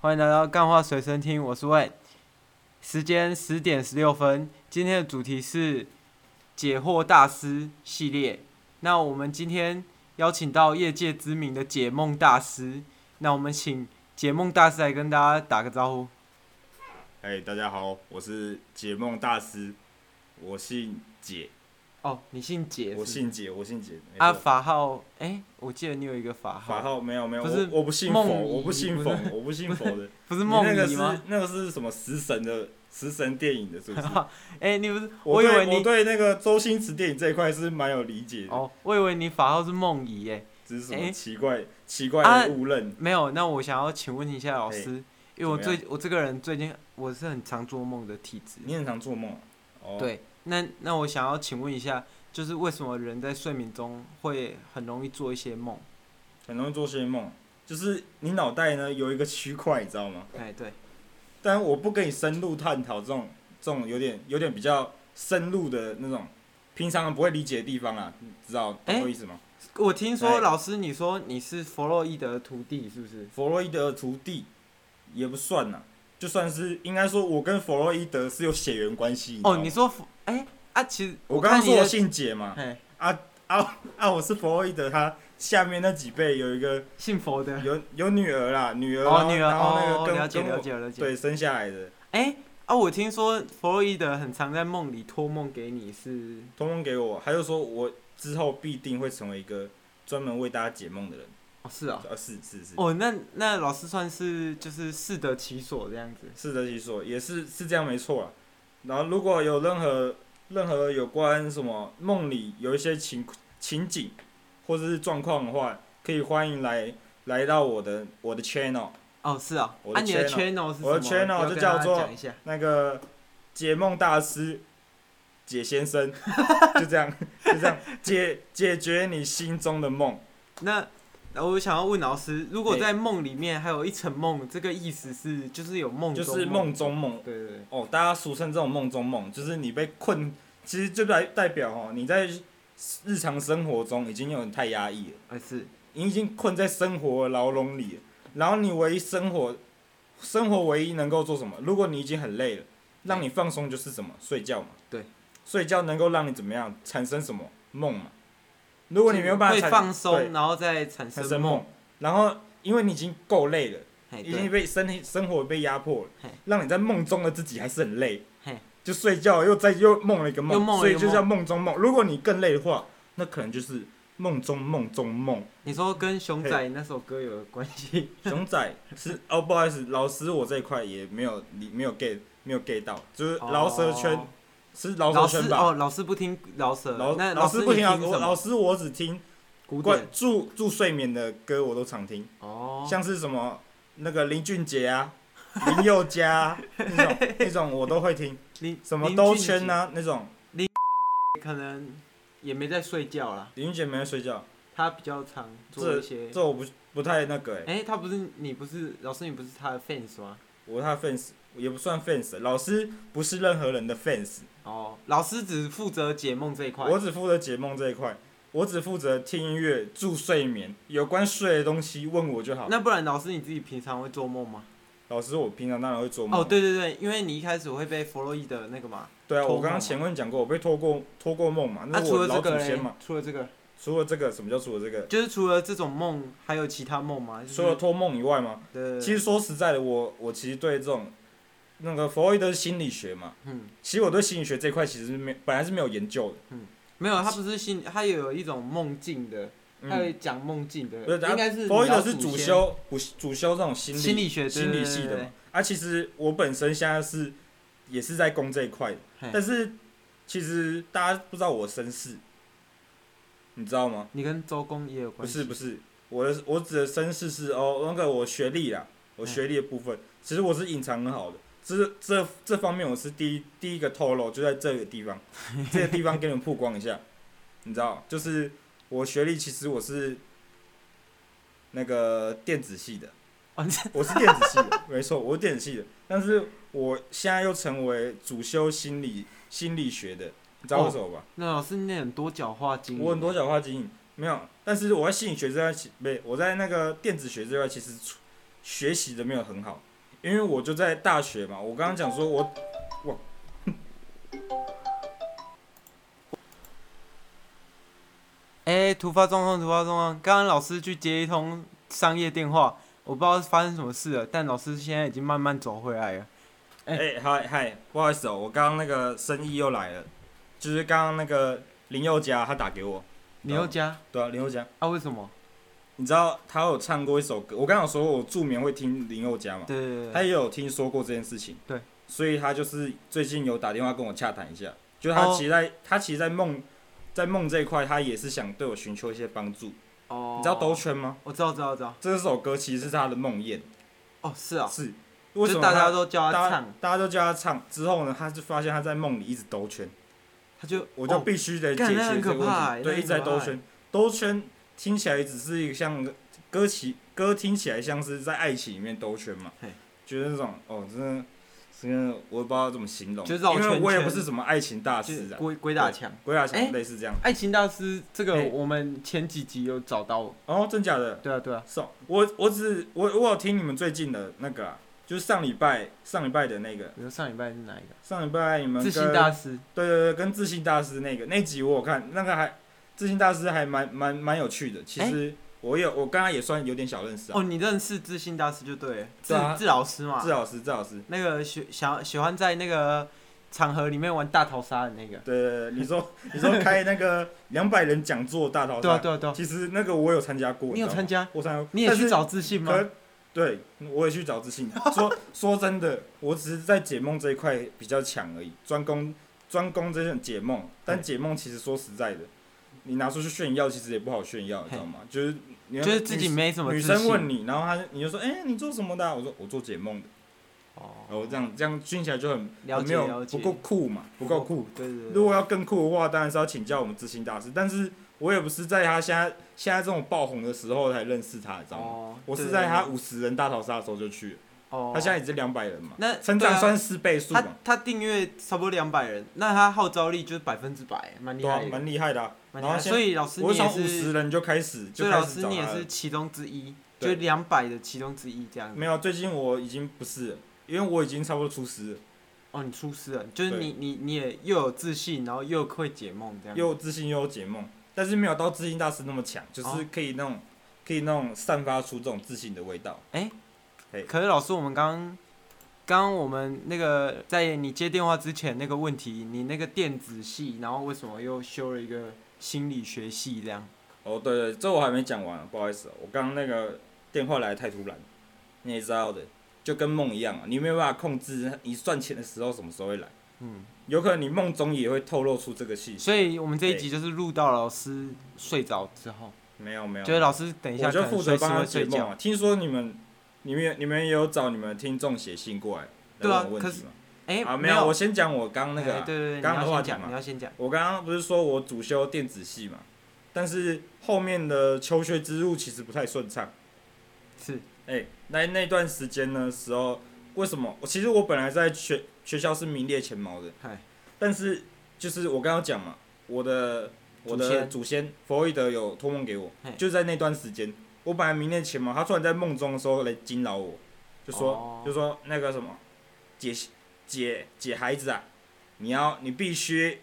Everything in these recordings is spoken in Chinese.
欢迎来到干话随身听，我是 Wayne。时间十点十六分，今天的主题是解惑大师系列。那我们今天邀请到业界知名的解梦大师，那我们请解梦大师来跟大家打个招呼。哎、大家好，我是解梦大师，我姓解，哦，你姓解是不我是姓解，我姓解。没啊，错法号哎、我记得你有一个法号，法号没有没有，不是我我不信佛，梦遗我不信佛不， 我不信佛的。不是你梦那个里是吗？那个是什么食神的食神电影的，是不是？哎、你不是，我以对为我你对那个周星驰电影这一块是蛮有理解的，哦，我以为你法号是梦怡哎，只是什哎么奇怪奇怪啊的误认。没有。那我想要请问一下老嘿师，因为我哎怎么最我这个人最近我是很常做梦的体质，你很常做梦啊，哦，对。那那我想要请问一下，就是为什么人在睡眠中会很容易做一些梦？很容易做些梦，就是你脑袋呢有一个区块，你知道吗？哎，对，但我不跟你深入探讨这种这种有点有点比较深入的那种，平常人不会理解的地方啊，你知道懂我意思吗？我听说哎老师你说你是弗洛伊德的徒弟，是不是？弗洛伊德的徒弟也不算呐、就算是应该说，我跟弗洛伊德是有血缘关系。知道哦，吗你说弗哎啊，其实我刚看刚你说我的，姓解嘛，哎，啊，我是弗洛伊德，他下面那几辈有一个姓佛的，有有女儿啦，女儿，然哦，后女儿，然后那个哦，跟、了解跟了我解了解。对生下来的，哎、啊，我听说弗洛伊德很常在梦里托梦给你是，通通给我，他就说我之后必定会成为一个专门为大家解梦的人。哦是啊、呃、是是是。哦那那老师算是就是适得其所这样子。是的，其所也是是这样没错啦。然后如果有任何任何有关什么梦里有一些情情景或者是状况的话，可以欢迎来来到我的我的 channel 哦是啊、我啊的你的 channel channel 是什么？我的 channel 要就跟大家叫做讲一下那个解梦大师解先生， 就这样就这样解解决你心中的梦。那。呃我想要问老师，如果嘿在梦里面还有一层梦，这个意思是就是有梦就中是梦中梦对对对，哦，大家俗称这种梦中梦，就是你被困，其实就代代表哦你在日常生活中已经有点太压抑了。呃是你已经困在生活的牢笼里了，然后你唯一生活，生活唯一能够做什么？如果你已经很累了，让你放松就是什么？睡觉嘛。对。睡觉能够让你怎么样？产生什么梦嘛？如果你没有办法会产放对松，然后再产产生生梦，，然后因为你已经够累了，嘿已经哎对，被身体生活被压迫了嘿，让你在梦中的自己还是很累嘿，就睡觉又再又梦了一个又梦，梦了所一以个就叫梦中梦。如果你更累的话，那可能就是梦中梦中梦。你说跟熊嘿仔那首歌有关系？熊仔是哦，不好意思，老师我这一块也没有你没有 get 没有 get 到，就是饶舌圈、哦是 饶老舌师圈哦，吧？老师不听饶舌，老那老师不你听啊，什我么老师我只听古关典助助睡眠的歌我都常听，哦，像是什么那个林俊杰啊、林宥嘉、 啊、那种那种我都会听，林什么兜林俊圈啊那种。杰可能也没在睡觉啦，林俊杰没在睡觉，他比较常做一些。这我不不太那个哎、哎、他不是你不是老师，你不是他的 fans 吗？我他 fans 也不算 fans，老师不是任何人的 fans。哦，老师只负责解梦这一块。我只负责解梦这一块，我只负责听音乐、助睡眠，有关睡的东西问我就好。那不然老师你自己平常会做梦吗？老师，我平常当然会做梦。哦，对对对，因为你一开始会被弗洛伊德那个嘛。对啊，托梦我刚刚前面讲过，我被托过托过梦嘛，那、那是除我了这老祖个嘞先嘛。，除了这个，除了这个，什么叫除了这个？就是除了这种梦，还有其他梦吗？就是、除了托梦以外嘛，对对对其实说实在的，我我其实对这种那个弗洛伊德心理学嘛，嗯，其实我对心理学这一块其实没本来是没有研究的。没有，他不是心，他有一种梦境的，他嗯，有讲梦境的，不是应该是弗洛伊德老是祖主先修主主修这种心理心理学心理系的嘛。。啊，其实我本身现在是也是在攻这一块的嘿，但是其实大家不知道我身世，你知道吗？你跟周公也有不关系？是不是，我的我指的身世是哦，那个我学历啦，我嘿学历的部嗯分，其实我是隐藏很好的，这这这方面我是第一第一个透露，就在这个 地方，这个地方给你们曝光一下，你知道，就是我学历其实我是那个电子系的。哦，你是我是电子系的， 没错，我是电子系的，但是我现在又成为主修心理心理学的，哦你知道为什么吧？那老师你很多角化经，我很多角化经营没有，但是我在心理学这块，不对，我在那个电子学这块其实出学习的没有很好，因为我就在大学嘛，我刚刚讲说我我哎、突发状况，突发状况，刚刚老师去接一通商业电话，我不知道发生什么事了，但老师现在已经慢慢走回来了。哎哎嗨嗨，不好意思哦，我刚刚那个生意又来了，就是刚刚那个林宥嘉他打给我，你又加对啊，林宥嘉，啊？为什么？你知道他有唱过一首歌，我刚刚有说我助眠会听林宥嘉嘛，对对对他对，也有听说过这件事情，对，所以他就是最近有打电话跟我洽谈一下，就他哦其实在、他其实在梦在梦这一块，他也是想对我寻求一些帮助。哦你知道兜？圈吗？我知道，知道，知道。这首歌其实是他的梦魇，哦，是啊、是就为什么大家他都叫大他家唱，大家都叫他唱之后呢，他就发现他在梦里一直兜圈，他就我就哦必须得解干决那很这个可怕问欸题，那对，很一直在可怕兜欸圈，兜圈听起来只是一个像歌曲歌听起来像是在爱情里面兜圈嘛嘿，就是那种哦，真的，真的我也不知道怎么形容，就绕因为圈我也不圈是什么爱情大师是啊，鬼鬼打墙。鬼打哎墙类似这样，爱情大师这个哎我们前几集有找到，哦，真假的，对啊对啊，是哦，我我只我我有听你们最近的那个啊，就是上礼拜上礼拜的那个，比如上礼拜是哪一个？上礼拜你们自跟信大师，对对对，跟自信大师那个那集我有看，那个还自信大师还蛮蛮蛮有趣的。其实我有我刚刚也算有点小认识啊，哦，你认识自信大师就对了，对啊自自老师嘛志，老师志老师，那个喜想喜欢在那个场合里面玩大逃杀的那个，对对对，你说你说开那个两百人讲座大逃对啊杀，对啊对啊，其实那个我有参加过，你有知道参吗？加？我参加过，你也但去是找自信吗？可对，我也去找自信。说 说真的，我只是在解梦这一块比较强而已，专攻专攻这种解梦。但嘿解梦其实说实在的，你拿出去炫耀，其实也不好炫耀，你知道吗？就是你就是自己没什么女自生信。问你，然后她你就说，哎、你做什么的啊、我说我做解梦的。然哦，后这样这样听起来就很了很呃没解了有解，不够酷嘛，不够酷。，对对对。哦如果要更酷的话，当然是要请教我们自信大师。但是我也不是在他现在现在这种爆红的时候才认识他，你知道吗？哦，我是对在他，对五十人大逃杀的时候就去了，对哦，他现在已经两百人嘛，那成对长啊算四倍速他嘛，他订阅差不多两百人，那他号召力就是百分之百，蛮厉对啊害，的，蛮厉害的啊。蛮然厉后害。先所以老师我你从也五十是，人就开始所就以开老始师找你也他了是，其中之一，就对两百的其中之一这样子。没有，最近我已经不是了，因为我已经差不多出师了，哦，你出师了，就是对你你你也又有自信，然后又会解梦这样。又有自信又有解梦，但是没有到自信大师那么强，就是哦可以那种可以那种散发出这种自信的味道。可是老师，我们刚刚刚我们那个在你接电话之前那个问题，你那个电子系，然后为什么又修了一个心理学系这样？哦，对对，这我还没讲完，啊不好意思，我刚刚那个电话来得太突然，你也知道的，就跟梦一样啊，你没有办法控制你赚钱的时候什么时候会来，嗯，有可能你梦中也会透露出这个信息。所以我们这一集就是录到老师睡着之后，没有没有，就是老师等一下我就可能负责随时帮他会解睡梦觉。啊。听说你们、你们、你们也有找你们听众写信过来来对啊问我可问是题吗？哎、啊，没有，我先讲我刚那个啊、哎对对对，刚刚你的要话先题讲，嘛你要先讲。我刚刚不是说我主修电子系嘛，但是后面的求学之路其实不太顺畅。是，哎、那那段时间呢时候，为什么？我其实我本来在学学校是名列前茅的，嗨，但是就是我刚刚讲嘛，我的我祖的先祖先弗洛伊德有托梦给我嘿，就在那段时间，我本来名列前茅，他突然在梦中的时候来惊扰我，就说、哦就说那个什么姐姐姐孩子啊，你要你必须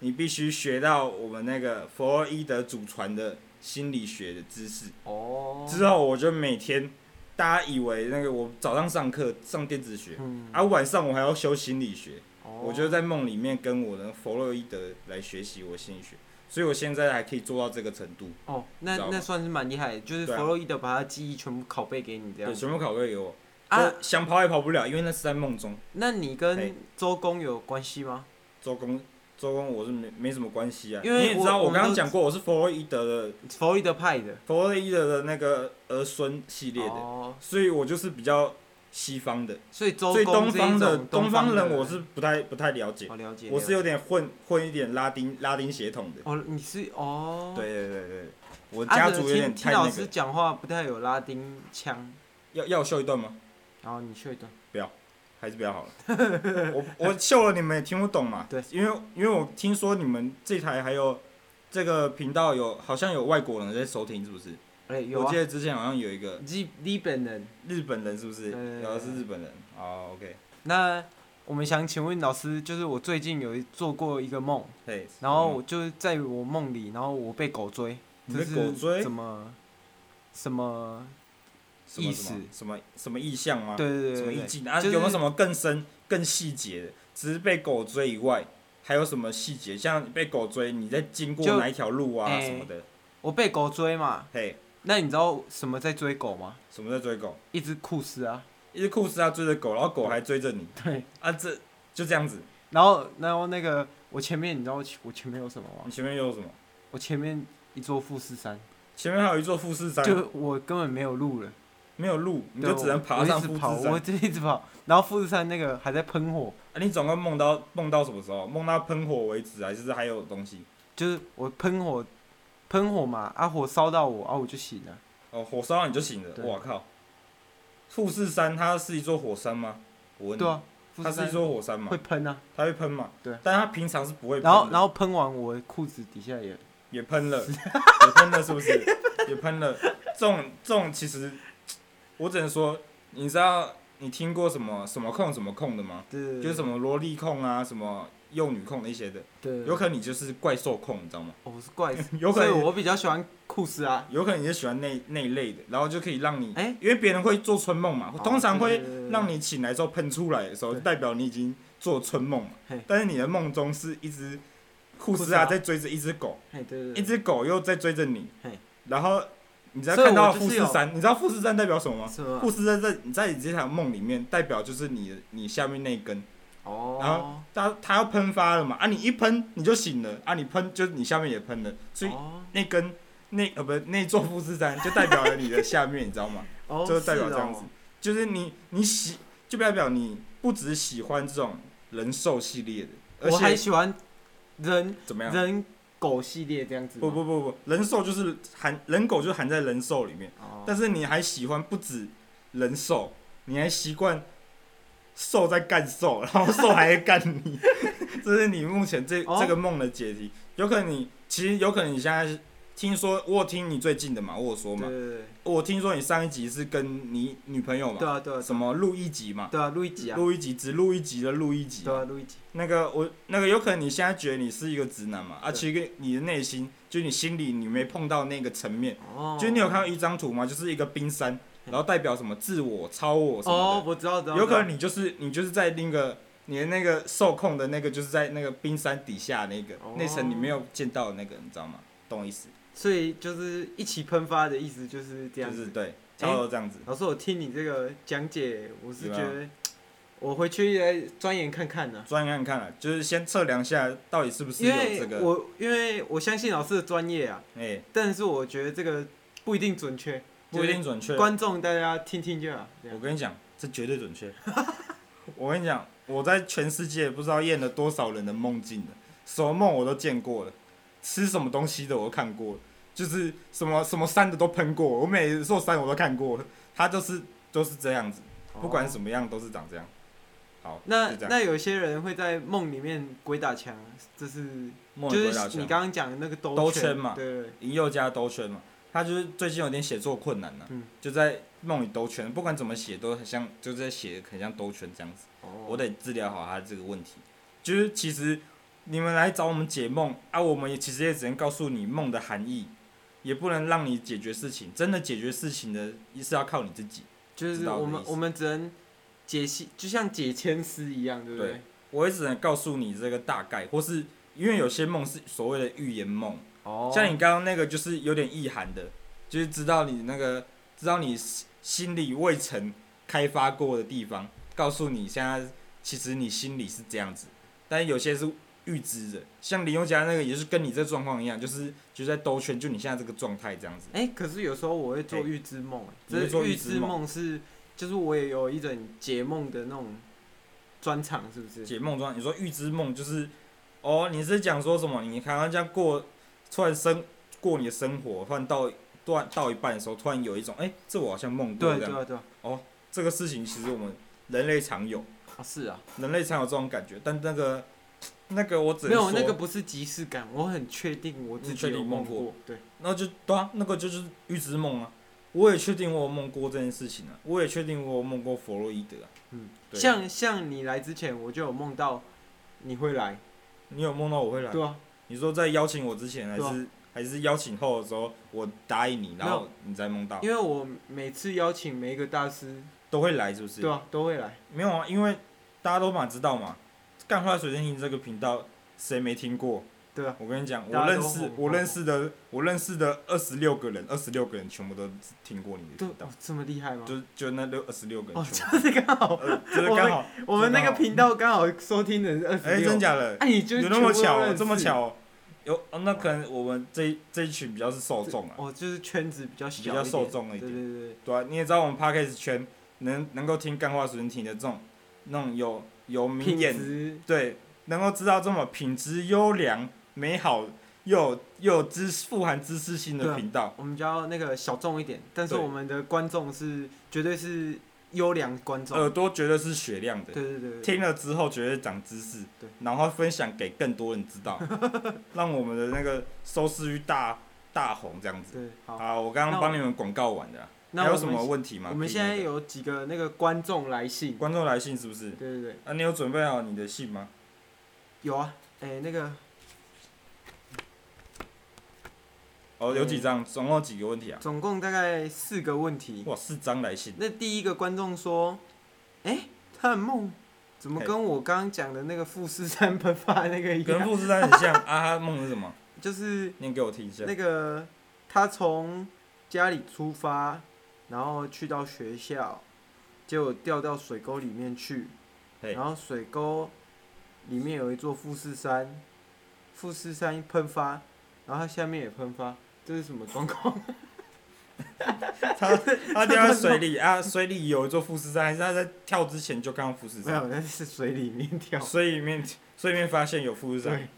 你必须学到我们那个弗洛伊德祖传的心理学的知识。哦，之后我就每天，大家以为那个我早上上课上电子学，嗯，啊晚上我还要修心理学，哦我就在梦里面跟我的弗洛伊德来学习我心理学，所以我现在还可以做到这个程度，哦，那知道吗那算是蛮厉害的，就是弗对啊洛伊德把他记忆全部拷贝给你这样对，子全部拷贝给我，啊啊，想跑也跑不了，因为那是在梦中，那你嘿跟周公有关系吗？周公。周公，我是没没什么关系啊，因为你也知道我我刚我们刚都讲过，我是弗洛伊德的弗洛伊德派的，弗洛伊德的那个儿孙系列的，哦，所以我就是比较西方的，所以周所以公东这一方的种东方方的人我是不太不太了解，好了解，我是了有点混混一点拉丁拉丁血统的解。哦，你是哦，对对对对，我啊，家可是族有点听听太那老师个。讲话不太有拉丁腔，要要我秀一段吗？然后你确定？还是不要好 了。我我秀了你们也听不懂嘛。对，因为因为我听说你们这台还有这个频道有好像有外国人在收听，是不是？哎、有我啊记，得之前好像有一个日日本人。日本人，是不对是？对对然后是日本人。哦，OK，那我们想请问老师，就是我最近有一做过一个梦，嘿。然后嗯我就在我梦里，然后我被狗追，你这被狗是追怎么什么？什么意什么思什么什么意象吗？对对什么对意对对，境啊？就是有没有什么更深、更细节的？只是被狗追以外，还有什么细节？像被狗追，你在经过就哪一条路啊哎什么的？我被狗追嘛。嘿，那你知道什么在追狗吗？什么在追狗？一只库斯啊。一只库斯拉追着狗，然后狗还追着你对。啊！这就这样子。然后，然后那个我前面，你知道我前我前面有什么吗你？前面又有什么？我前面一座富士山，前面还有一座富士山，就我根本没有路了，没有路，你对就只能爬上富我我一士直跑，山。我啊，就一直跑。然后富士山那个还在喷火，你总共梦到梦到什么时候？梦到喷火为止，还是还有东西？就是我喷火，喷火嘛，啊火烧到我，啊我就醒了。哦，火烧到你就醒了。对我靠！富士山它是一座火山吗？我问你对，啊，富嗯它士是一山座火山嘛会，喷啊，它会喷嘛？对但它平常是不会喷的。然后然后喷完我裤子底下也也 喷了，也喷了，是不是？也喷了。这种这种其实，我只能说，你知道你听过什么什么控什么控的吗？对就是什么萝莉控啊，什么幼女控那些的，对，有可能你就是怪兽控，你知道吗？哦我是怪兽， 有可所以能，我比较喜欢库斯啊。有可能你就喜欢那那一类的，然后就可以让你，哎哦因为别人会做春梦嘛，通常会让你你醒来之后喷出来的时候，对代表你已经做春梦嘿了。但是你的梦中是一只库库斯啊斯啊拉拉在追着一只狗，对对对一只狗又在追着你嘿，然后你在所以看到我就是富士有山，你知道富士山代表什么吗？什么富士山在你在你这条梦里面代表就是你的你下面那一根，然哦后。它它要喷发了嘛啊，你一喷你就醒了啊，你喷就是你下面也喷了，所以哦那根那呃不是那座富士山就代表了你的下面，你知道吗？哦就是代表是这哦样子，就是你你喜就代表你不只喜欢这种人兽系列的，而哦我还且喜欢人怎么样？人狗系列这样子吗。不不不不，人兽就是含人狗就含在人兽里面，哦，但是你还喜欢不止人兽，你还习惯兽在干兽，然后兽还会干你， 这是你目前这、哦这个梦的解题。有可能你其实有可能你现在是听说，我有听你最近的嘛，我有说对嘛，对对我听说你上一集是跟你女朋对友嘛，对啊对啊什么录一集嘛，对啊，录一集啊，录一集只录一集的录一集对，啊录一集，那个我那个有可能你现在觉得你是一个直男嘛，啊，对其实你的内心就你心里你没碰到那个层面，哦，就是你有看到一张图吗？就是一个冰山，然后代表什么自我、超我什哦么，我知道知的，道，有可知能你就是你就是在那个你的那个受控的那个就是在那个冰山底下那个哦那层你没有见到的那个，你知道吗？懂我意思？道，所以就是一起喷发的意思就是这就样子。是对，差不多这样子。老师，我听你这个讲解，我是有觉没有得我回去来钻研看看呢，专业看看了，就是先测量下到底是不是因有为这个，我因为我相信老师的专业啊，哎，但是我觉得这个不一定准确，不一定准确。观众大家听听就好。这样我跟你讲，这绝对准确。 我跟你讲，我在全世界不知道验了多少人的梦境了，什么梦我都见过了，吃什么东西的我都看过了，就是什么什么山的都喷过，我每座山我都看过了，它就是就是这样子，不管么。什么样都是长这样。好，哦那就这样那有些人会在梦里面鬼打墙，这是梦就里鬼是打你墙，刚刚讲的那个兜兜圈圈嘛对对对银佑家兜圈嘛，他就是最近有点写作困难了、啊嗯就在梦里兜圈，不管怎么写都很像，就是在写很像兜圈这样子。哦我得治疗好他这个问题。就是其实你们来找我们解梦啊，我们也其实也只能告诉你梦的含义，也不能让你解决事情。真的解决事情的，是要靠你自己。就知是道我的们意思我们只能解析，就像解签师一样，对不对？我也只能告诉你这个大概，或是因为有些梦是所谓的预言梦，哦像你刚刚那个就是有点意涵的，就是知道你那个知道你心心里未曾开发过的地方，告诉你现在其实你心里是这样子，但有些是预知的，像林宥嘉那个也是跟你这状况一样，就是就在兜圈，就你现在这个状态这样子。哎、可是有时候我会做嘿预知梦、哎你会做这预预知知梦是就是我也有一种解梦的那种专场，是不是？解梦状，你说预知梦就是，哦，你是讲说什么？你刚刚这样过，突然生过你的生活，突然到突然到一半的时候，突然有一种，哎、这我好像梦过对这对样。啊对啊，这个事情其实我们人类常有。啊是啊，人类常有这种感觉，但那个那个我只没能有，说那个不是即视感，我很确定我自你己确定有梦梦过过。对，那就对啊，那个就是预知梦啊。我也确定我有梦过这件事情啊，我也确定我有梦过弗洛伊德啊。嗯对，像像你来之前，我就有梦到你会来，啊你有梦到我会来？对啊，你说在邀请我之前，还对啊是还是邀请后的时候，我答应你，然后你再梦到，因为我每次邀请每一个大师，都会来是不是？对啊，都会来。没有啊，因为大家都嘛知道嘛，干花水电听这个频道谁没听过？对啊，我跟你讲，大我家都认识红我认识的我认识的二十六个人，二十六个人全部都听过你的对频，道哦，这么厉害吗？就就那六二十六个人哦，全部，就是刚好，呃，就是刚好， 我们那个频道刚好收听的是二哎，十真六。假的？哎，你就有是那全部么都巧哦，认这么识？巧哦，有哦，那可能我们这一这一群比较是受众啊，哦，就是圈子比较小一比点，较受众了一对点。对对对，对啊，你也知道我们 podcast 圈能能够听干话水电听的这种那种有有品名眼质对，能够知道这么品质优良、美好又有又有知识富含知识性对的啊频道，我们比较那个小众一点，但是对我们的观众是绝对是优良观众。耳朵绝对是雪亮的，对对对对，听了之后绝对长知识对，然后分享给更多人知 道，让我们的那个收视率大大红这样子。对好。好，我刚那刚我帮你们广告完的啊，那还有我什么们问题吗？我们可以现在那个有几个那个观众来信，观众来信是不是对？对对，啊，你有准备好你的信吗？有啊，哎那个哦，有嗯几张？总共有几个问题啊？总共大概四个问题。哇，四张来信，那第一个观众说，哎，他的梦怎么嘿跟我刚刚讲的那个富士山喷发那个一跟样？富士山很像啊。他梦是什么？就是念给我听一下。那个他从家里出发，然后去到学校，结果掉到水沟里面去，嘿然后水沟里面有一座富士山，富士山喷发，然后它下面也喷发，这是什么状况？他 他掉在水里啊，水里有一座富士山，还是他在跳之前就看到富 士没山？有，那是水里面跳。水里面水里面发现有富士山对，，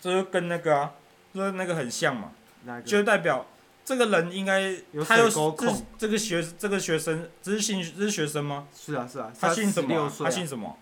这就跟那个啊，就是那个很像嘛，那个？就代表这个人应该有他有水沟这控这个学这个学生，这是姓这是学生吗？是啊是啊，他姓什么六啊？岁、他啊，姓什么？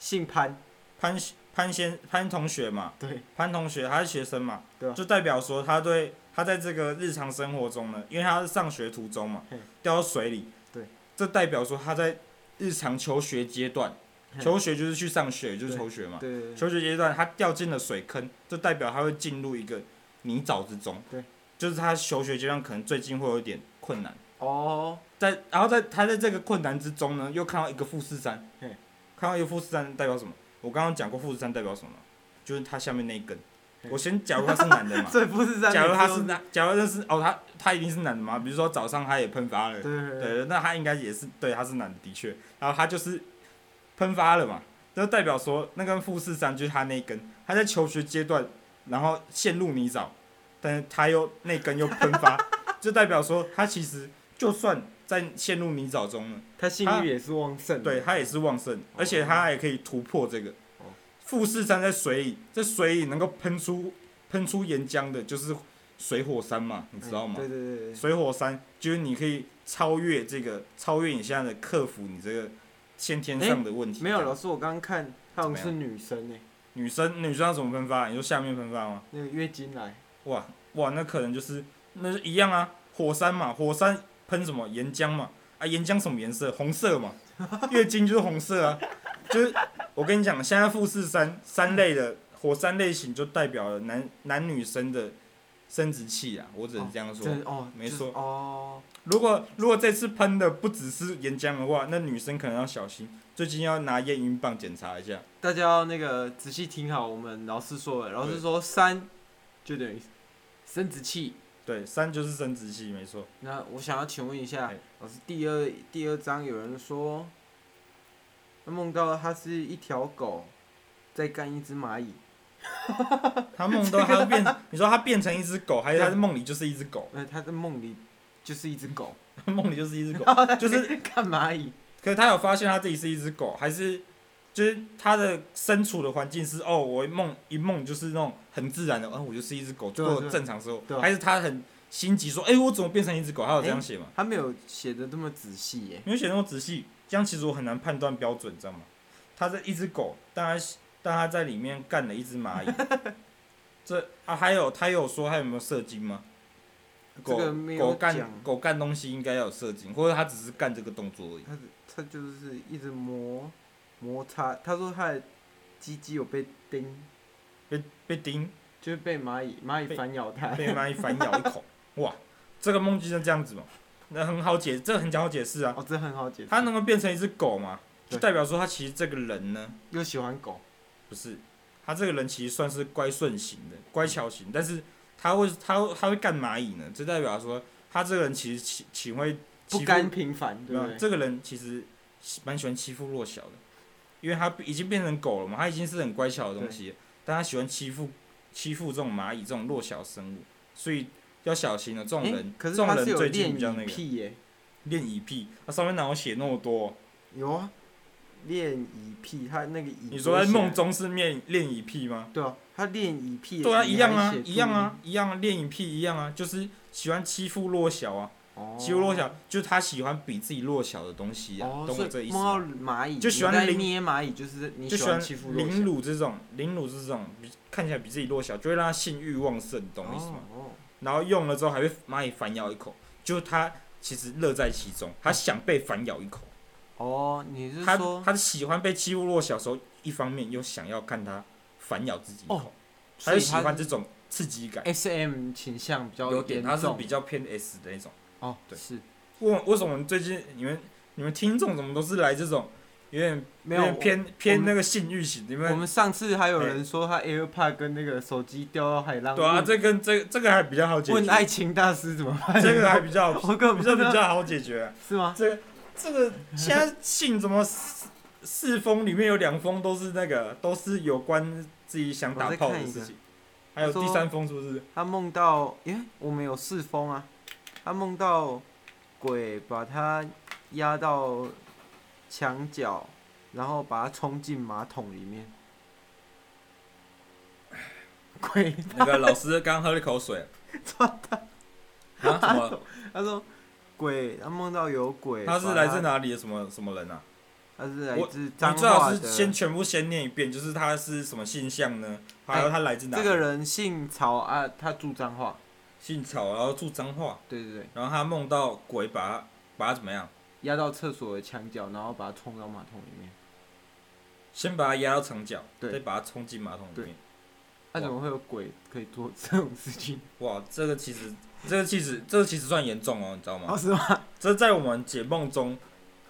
姓潘，潘潘先潘同学嘛，对，潘同学他是学生嘛，对啊就代表说他对他在这个日常生活中呢，因为他是上学途中嘛嘿，掉到水里，对，这代表说他在日常求学阶段，嘿求学就是去上学，就是对求学嘛，对对对，求学阶段他掉进了水坑，就代表他会进入一个泥沼之中，对，就是他求学阶段可能最近会有一点困难，哦，在然后在他在这个困难之中呢，又看到一个富士山嘿，看到一个富士山代表什么？我刚刚讲过富士山代表什么吗，就是它下面那一根嘿。我先假如他是男的 嘛，这富士山，假如他是，男，假如那是哦，他他一定是男的嘛。比如说早上他也喷发了，对对对，对，那他应该也是对，他是男的，的确。然后他就是喷发了嘛，就代表说那根富士山就是他那一根，他在求学阶段，然后陷入泥沼，但是他又那根又喷发，就代表说他其实就算在陷入泥沼中了，他性欲也是旺盛的，对他也是旺盛，而且他也可以突破这个哦。富士山在水里，在水里能够喷出喷出岩浆的，就是水火山嘛，你知道吗？对对对对，水火山就是你可以超越这个，超越你现在的克服你这个先天上的问题。没有，这样老师，我刚刚看她好像是怎女生诶、女生女生要怎么分发？你说下面分发吗？那个月经来，哇哇，那可能就是那就一样啊，火山嘛，火山喷什么岩浆嘛，啊岩浆什么颜色？红色嘛，月经就是红色啊，就是我跟你讲，现在富士山山类的火山类型就代表了男男女生的生殖器啊，我只能这样说。真的哦，没就是错哦，如果如果这次喷的不只是岩浆的话，那女生可能要小心，最近要拿验孕棒检查一下。大家要那个仔细听好，我们老师说的，老师说三就等于生殖器。对，三就是生殖器，没错。那我想要请问一下哎，老师，第二第二章有人说，他梦到他是一条狗在干一只蚂蚁，他梦到他 变，你说他变成一只狗，还是对他在梦里就是一只狗？ 呃，他在梦里就是一只狗，梦里就是一只狗，就就是 是干蚂蚁。可是他有发现他自己是一只狗，还是就是他的身处的环境是哦，我一梦一梦就是那种很自然的，嗯、我就是一只狗，对啊过对啊正常生对啊活，还是他很心急说，哎、我怎么变成一只狗？他有这样写吗？他没有写的这么仔细耶、没有写那么仔细，这样其实我很难判断标准，你知道吗？它是一只狗，但它但他在里面干了一只蚂蚁。 这啊，还有他有说他有没有射精吗？这狗个没有狗干讲狗干东西应该要有射精，或者他只是干这个动作而已。他他就是一直磨摩擦，他说他的鸡鸡有被叮，被被叮，就是被蚂蚁蚂蚁被反咬它。被蚂蚁反咬一 口，哇，这个梦境就这样子嘛，那很好解，这很好解释啊。哦，这很好解释。他能够变成一只狗嘛，就对代表说他其实这个人呢，又喜欢狗，不是，他这个人其实算是乖顺型的，乖巧型，但是他会他会他会干蚂蚁呢，就代表说他这个人其实挺挺会欺不负甘平凡，对对不吧？对？这个人其实蛮喜欢欺负弱小的，因为他已经变成狗了嘛，他已经是很乖巧的东西了，但他喜欢欺负欺负这种蚂蚁这种弱小生物，所以要小心了。这种诶人，可是这种他人是有最近恋比较那蚁个癖耶，恋蚁癖，他上面哪有写那么多？有啊，恋蚁癖，他那个蚁。你说在啊梦？中是恋恋蚁癖吗？对啊，他恋蚁癖。对啊，你一还样啊写，一样注啊，一样啊，恋蚁癖一样啊，就是喜欢欺负弱小啊，音。欺负弱小，就是他喜欢比自己弱小的东西啊，哦，懂所我以这意思梦吗到？蚂蚁，就喜欢你在凌捏蚂蚁，就是你就喜喜欢欢欺负弱小凌辱这种，凌辱这种比看起来比自己弱小，就会让他性欲旺盛，懂我意思吗？？哦，然后用了之后还被蚂蚁反咬一口，就他其实乐在其中，他想被反咬一口，哦，你是他说他喜欢被欺负弱小的时候，一方面又想要看他反咬自己一口，哦他所就以喜他欢这种刺激感， S M 倾向比较有点他严是重比较偏 S 的那种。哦，对是为为什么最近你们你们听众怎么都是来这种有点没有有点。偏偏那个性欲型？你我我们们上次还有人说他 AirPod 跟那个手机掉到海浪，哎对啊，问这跟这这个还比较好解决，问爱情大师怎么办？这个还比较 我根本比不较知比道较好解决、是吗？这个这个现在信怎么四四封里面有两封都是那个都是有关自己想打炮的事情，还有第三封是不是？他梦到，耶，我们有四封啊，他梦到鬼把他压到墙角，然后把他冲进马桶里面。 鬼，那个老师刚喝了 口水，啊什么？他说鬼，他梦到有鬼，他是把来自？哪里的什么什么人啊？他是来我自你彰最好化是先的。全部先念一遍，就是他是什么性向呢？还有他来自哪哎这里？个人姓曹啊，他住彰化。姓曹，然后住彰化，对对对，然后他梦到鬼把他把他怎么样？压到厕所的墙角，然后把他冲到马桶里面。先把他压到墙角，对再把他冲进马桶里对面。他、怎么会有鬼可以做这种事情？哇，这个其实，这个其实，这个其实算严 重哦，你知道吗哦，？是吗？这在我们解梦中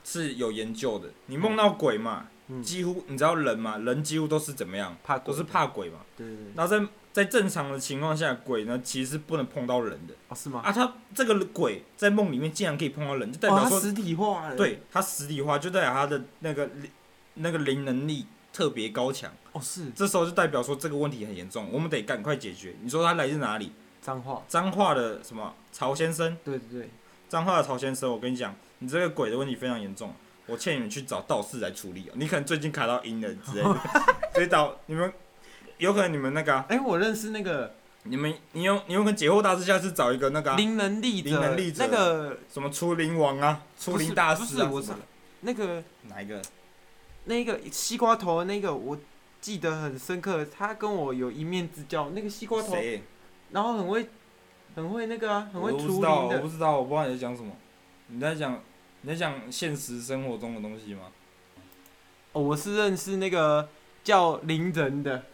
是有研究的。你梦到鬼嘛，嗯，几乎你知道人嘛，人几乎都是怎么样，怕鬼都是怕鬼嘛。对对对，然后在在正常的情况下，鬼呢其实是不能碰到人的哦是吗？啊。他这个鬼在梦里面竟然可以碰到人，就代哦，表他说，实体化了。，对他实体化，就代表他的那个灵那个灵能力特别高强。哦是这时候就代表说这个问题很严重，我们得赶快解决。你说他来自哪里？脏话。彰化的什么曹先生？对对对，彰化的曹先生，我跟你讲，你这个鬼的问题非常严重，我欠你们去找道士来处理、哦。你可能最近卡到阴了之 类的，所以导你们有可能你们那个啊、哎、我认识那个你们你有你有可能解惑大师下次找一个那个啊、灵能力者，灵能力者那个什么出灵王啊、出灵大师啊，不是不是什么的那个哪一个？那个西瓜头的那个，我记得很深刻，他跟我有一面之交。那个西瓜头，谁？然后很会很会那个啊，很我会都不除知灵道，我不的。知道，我不知道你在讲什么。你在讲你在讲现实生活中的东西吗？哦，我是认识那个叫灵人的，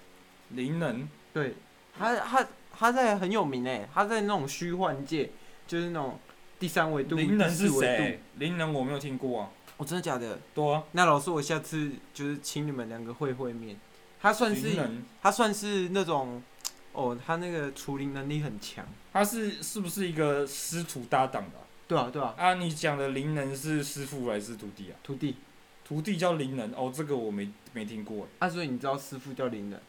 灵能对他他他在很有名哎，他在那种虚幻界，就是那种第三维度、灵能第是四维谁？灵能我没有听过啊。度？哦，真的假的？对啊，那老师，我下次就是请你们两个会会面。他算灵是能，他算是那种，哦，他那个除灵能力很强。他是是不是一个师徒搭档的啊、对啊，对啊，啊，你讲的灵能是师傅还是徒弟啊？徒弟。徒弟叫灵能哦，这个我没没听过欸啊，所以你知道师傅叫灵人？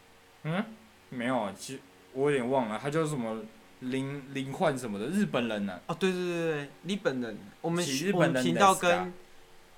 嗯，没有啊，其实我有点忘了，他叫什么灵灵幻什么的，日本人啊呢、哦，对对对对，日本人，我们其实日我本人们的频道 ska 跟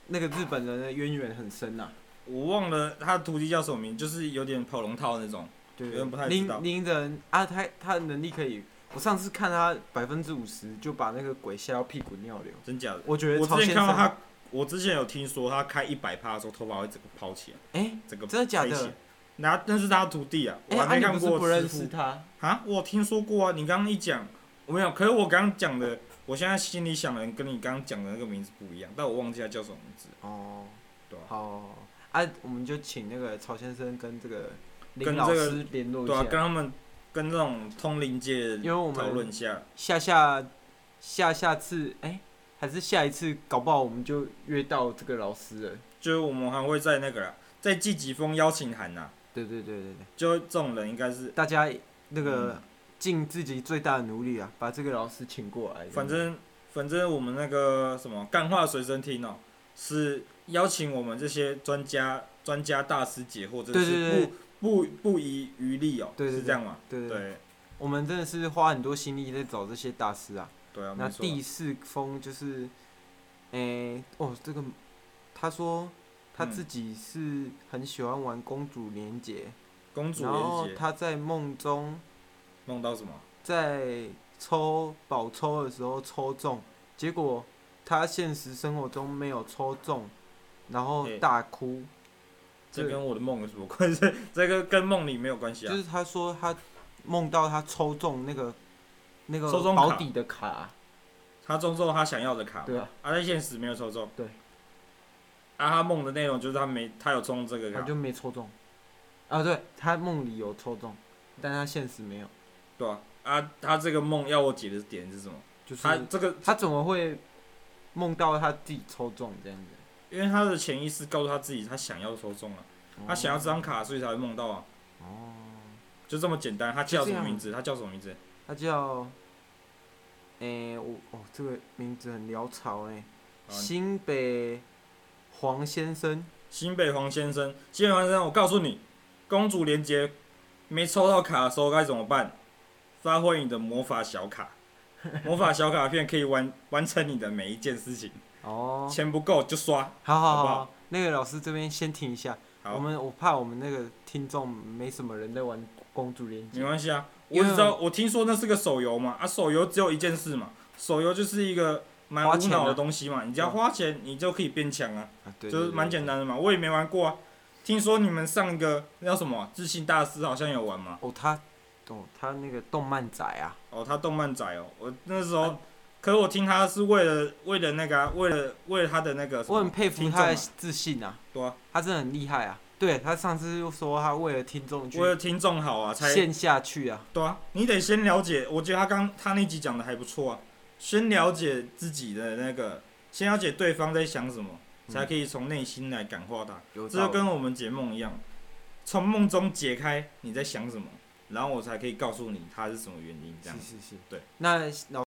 那个日本人的渊源很深呐、我忘了他的徒弟叫什么名，就是有点跑龙套那种。对有点不太，知道灵灵人啊，他他的能力可以，我上次看他百分之五十就把那个鬼吓到屁滚尿流，真假的？我觉得我曹之先前生，看到他，我之前有听说他开一百趴的时候，头发会整个抛起来，哎、整个真的假飞起的来？那那是他徒弟啊，我哎，还啊没你看不过是不认师识傅他，啊，我听说过啊。你刚刚一讲，我没有，可是我刚刚讲的，我现在心里想的跟你刚刚讲的那个名字不一样，但我忘记他叫什么名字。哦，对啊好，啊，我们就请那个曹先生跟这个林跟老这个师联络一对啊，下，跟他们跟这种通灵界因为我讨论们一下，下下下下次，哎、还是下一次，搞不好我们就约到这个老师了。就是我们还会在那个啦，在季疾风邀请函呐、对对对对对，就这种人应该是，大家那嗯个尽自己最大的努力啊，把这个老师请过来。反正反正我们那个什么干话随身听哦，是邀请我们这些专家专家大师解惑，真对的对是对不不不遗余力哦，对对对是这样嘛？对对对，对我们真的是花很多心力在找这些大师啊。对啊，那没错啊。第四封就是，诶、哦，这个他说他嗯自己是很喜欢玩公主连结，公主然后连结他在梦中梦到什么？在抽宝抽的时候抽中，结果他现实生活中没有抽中，然后对大哭。这对跟我的梦有什么关系？ 这个跟梦里没有关系就啊。是他说他梦到他抽中那个那个抽中卡保底的卡，他抽中他想要的卡嘛，对啊，啊，在现实没有抽中。对。啊，他梦的内容就是他没他有抽中这个他卡就，没抽中。啊，对他梦里有抽中，但他现实没有。对啊，啊，他这个梦要我解的点是什么？就是他这个，他怎么会梦到他自己抽中这样子？因为他的潜意识告诉他自己，他想要抽中了、啊他想要这张卡，所以才会梦到啊，哦，就这么简单。他叫就这什样么名字？他叫什么名字？他叫，诶、我哦，这个名字很潦草哎、好新北黄先生，新北黄先生，新北黄先生，我告诉你，公主连接没抽到卡的时候该怎么办？发挥你的魔法 小卡，魔法小卡片可以完完成你的每一件事情。哦，钱不够就刷，好好好好，不好好那个老师这边先停一下，好我们我怕我们那个听众没什么人在玩公主连没接，关系啊。因我为只知道，我听说那是个手游嘛，啊，手游只有一件事嘛，手游就是一个蛮花无钱啊脑的东西嘛，你只要对花钱，你就可以变强啊。啊，对，就是蛮简单的嘛。我也没玩过啊。听说你们上一个那叫什么啊自信大师好像有玩嘛？哦，他，哦，他那个动漫仔啊，哦，他动漫仔哦，我那时哎候，可是我听他是为了为了那个、啊、为了为了他的那个什么我很佩服听众他啊的自信啊，对啊他真的很厉害啊，对他上次又说他为了听众去为了听众好啊，才陷下去啊，对啊。你得先了解，我觉得他刚他那集讲的还不错啊，先了解自己的那个，先了解对方在想什么，嗯才可以从内心来感化他。有这就跟我们解梦一样，从梦中解开你在想什么，然后我才可以告诉你它是什么原因。这样是，是是，对。那老